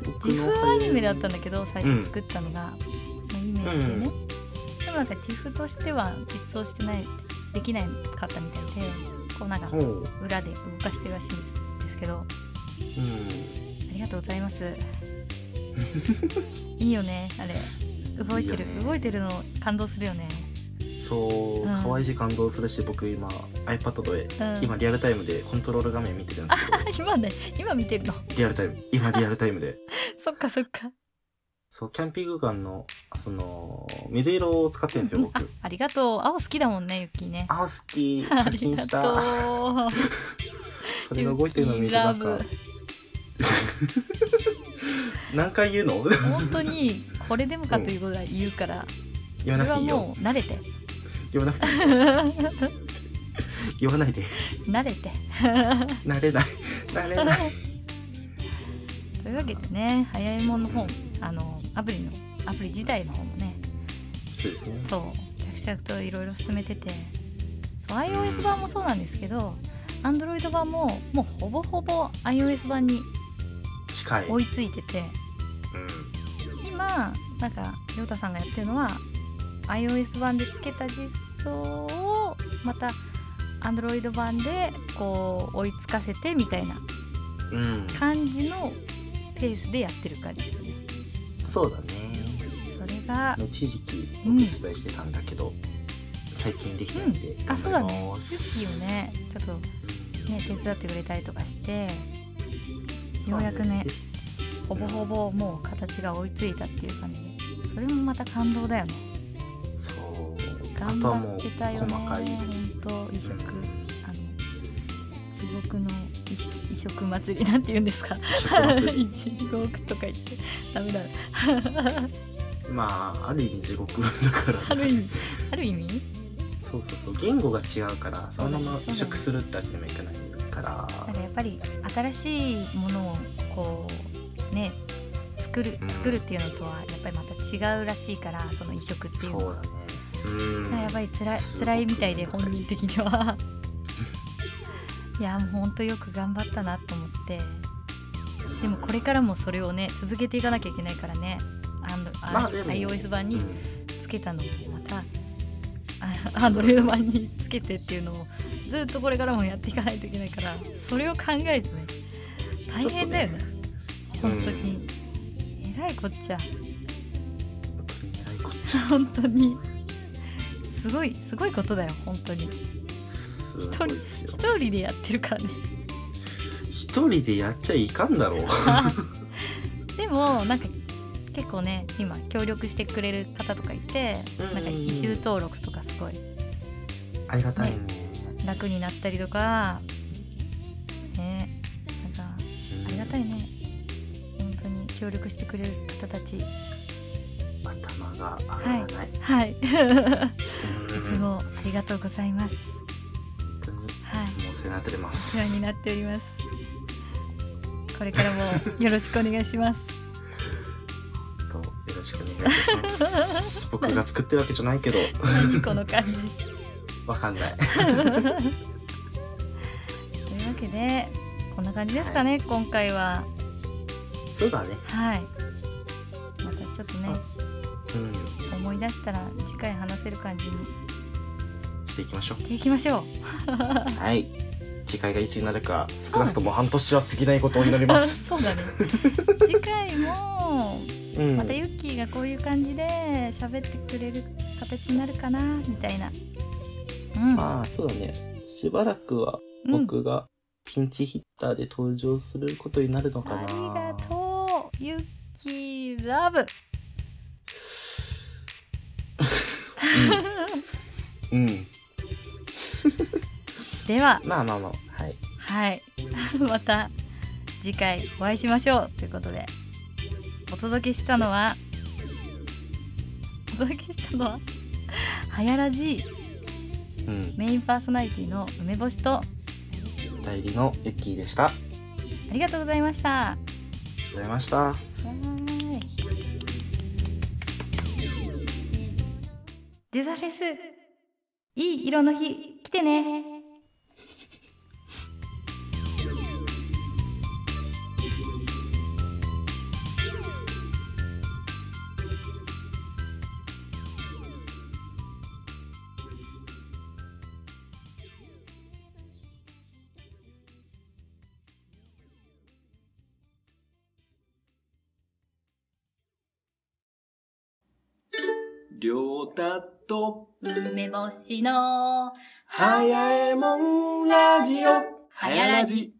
Speaker 3: 僕
Speaker 2: 自
Speaker 3: の
Speaker 2: 負アニメだったんだけど最初作ったのが、まあイメージでね、でもなんか自負としては実装してないできないかったみたいでこうなんか
Speaker 3: ほう
Speaker 2: 裏で動かしてるらしいんですですけどあ
Speaker 3: う
Speaker 2: りがとうございます いいよねあれ動いてる
Speaker 3: いいよね
Speaker 2: 動いてるの感動するよね
Speaker 3: んそう、
Speaker 2: うん
Speaker 3: 可愛いし感動するし僕今 iPad で、
Speaker 2: うん
Speaker 3: 今リアルタイムでコントロール画面見てるんですけど
Speaker 2: 今ね今見てるの
Speaker 3: リアルタイム今リアルタイムで
Speaker 2: そっかそっか
Speaker 3: そうキャンピングカーのその水色を使ってるんですよ
Speaker 2: あ
Speaker 3: 僕
Speaker 2: ありがとう青好きだもんねユッキーね
Speaker 3: あ好き
Speaker 2: あ
Speaker 3: 課
Speaker 2: り
Speaker 3: 金
Speaker 2: が
Speaker 3: した
Speaker 2: とう
Speaker 3: それが動いてるの見て
Speaker 2: ユ
Speaker 3: な
Speaker 2: ッ
Speaker 3: ん
Speaker 2: キーラ
Speaker 3: か
Speaker 2: ブ
Speaker 3: 何回言うの
Speaker 2: 本当にこれでもかということは言うから、
Speaker 3: 言わな
Speaker 2: そ
Speaker 3: く
Speaker 2: れは
Speaker 3: て
Speaker 2: い
Speaker 3: い よ
Speaker 2: もう慣れて
Speaker 3: 言わなくていい言わな いで
Speaker 2: 慣れて
Speaker 3: 慣れない慣れない
Speaker 2: というわけでね早いもんの本あのアプリのアプリ自体の方もね
Speaker 3: そうですね
Speaker 2: そう着々といろいろ進めててそう iOS 版もそうなんですけど Android 版ももうほぼほぼ iOS 版に
Speaker 3: 近い、う
Speaker 2: 追
Speaker 3: ん、
Speaker 2: いついてて今なんか亮太さんがやってるのは iOS 版でつけた実装をまた Android 版でこう追いつかせてみたいな
Speaker 3: うん、
Speaker 2: 感じのペースでやってる感じですね
Speaker 3: そうだね
Speaker 2: それが
Speaker 3: 一時期お手伝いしてたんだけど、最近できたんで、
Speaker 2: あそうだ
Speaker 3: 頑張り
Speaker 2: ねユ
Speaker 3: ま
Speaker 2: ッキー
Speaker 3: す
Speaker 2: をねちょっとね手伝ってくれたりとかしてようやくねほぼほぼもう形が追いついたっていう感じでそれもまた感動だよね
Speaker 3: そうあ
Speaker 2: 頑
Speaker 3: とは
Speaker 2: 張
Speaker 3: も
Speaker 2: っ
Speaker 3: う
Speaker 2: て
Speaker 3: 細
Speaker 2: たよね
Speaker 3: かい
Speaker 2: ほんと移植あの地獄の移移植祭りなんて言うんですか
Speaker 3: 植 物
Speaker 2: 一億とか言ってダメだ
Speaker 3: まあある意味地獄だから
Speaker 2: ある意味ある意味
Speaker 3: そうそうそう言語が違うからそのまま移植するってわけにもいかないから
Speaker 2: なんかやっぱり新しいものをこうね作る
Speaker 3: うん
Speaker 2: 作るっていうのとはやっぱりまた違うらしいからその移植っていうの
Speaker 3: そうだねうん
Speaker 2: やっぱりつらい
Speaker 3: すごく
Speaker 2: 辛いみたいで
Speaker 3: めんどくさ
Speaker 2: 本
Speaker 3: い
Speaker 2: 人的に はいやもうほんとよく頑張ったなと思ってでもこれからもそれをね続けていかなきゃいけないからねあの、
Speaker 3: まあでも
Speaker 2: iOS 版
Speaker 3: う
Speaker 2: に
Speaker 3: ん
Speaker 2: つけたのをまたあ Android 版につけてっていうのをずっとこれからもやっていかないといけないからそれを考えてね大変だよね
Speaker 3: ちょ
Speaker 2: 本
Speaker 3: ね
Speaker 2: 当に、えらいこっちゃ
Speaker 3: 本当に偉いこっ
Speaker 2: 本当にすごいすごいことだよ本当に
Speaker 3: す
Speaker 2: 一人
Speaker 3: ごいですよ
Speaker 2: 一人でやってるからね
Speaker 3: 一人でやっちゃいかんだろう
Speaker 2: でもなんか結構ね今協力してくれる方とかいて
Speaker 3: うん
Speaker 2: なんか異種登録とかすごい
Speaker 3: ありがたいね
Speaker 2: 楽になったりとかねなんか
Speaker 3: うん
Speaker 2: ありがたいね本当に協力してくれる方たち
Speaker 3: 頭が上がらない、
Speaker 2: はいい
Speaker 3: うん
Speaker 2: つもありがとうございます
Speaker 3: 本当にい
Speaker 2: はい
Speaker 3: つもお世話になっておりま
Speaker 2: お世話
Speaker 3: す
Speaker 2: になっておりますこれからもよろしくお願いし ます
Speaker 3: とよろしくお願いいたします 僕が作ってるわけじゃないけど
Speaker 2: 何この感じ
Speaker 3: わかん ない
Speaker 2: というわけでこんな感じですかね、今回は
Speaker 3: そうだね
Speaker 2: はいまたちょっとね
Speaker 3: うん
Speaker 2: 思い出したら次回話せる感じにし
Speaker 3: していきましょう
Speaker 2: ていきましょう
Speaker 3: はい。次回がいつになるか、少なくとも半年は過ぎないことになります。
Speaker 2: そうだね次回も
Speaker 3: うん。
Speaker 2: またユッキーがこういう感じで喋ってくれる形になるかなみたいなうん、
Speaker 3: まあ、そうだね。しばらくは
Speaker 2: うん、
Speaker 3: 僕がピンチヒッターで登場することになるのか
Speaker 2: あ
Speaker 3: な。
Speaker 2: りがとうユッキーラブ
Speaker 3: うん。うん。
Speaker 2: では
Speaker 3: まあまあまあ。はい。
Speaker 2: はい また次回お会いしましょうということでお届けしたのはお届けしたのははやらじ
Speaker 3: うん。
Speaker 2: メインパーソナリティの梅干しとあ
Speaker 3: 代理のユッキーでした。あり
Speaker 2: りがとうございました。
Speaker 3: がとうございました。
Speaker 2: デザフェスいい色の日来てね
Speaker 1: りょうたと
Speaker 2: 梅干しの
Speaker 1: はやえもんラジオはやラジ